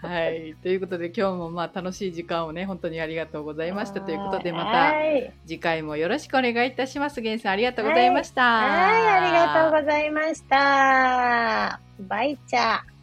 [SPEAKER 1] はい。ということで、今日もまあ楽しい時間をね、本当にありがとうございました。ということで、また
[SPEAKER 2] はい、
[SPEAKER 1] 次回もよろしくお願いいたします。源さん、ありがとうございました。
[SPEAKER 2] はい、ありがとうございました。バイチャー。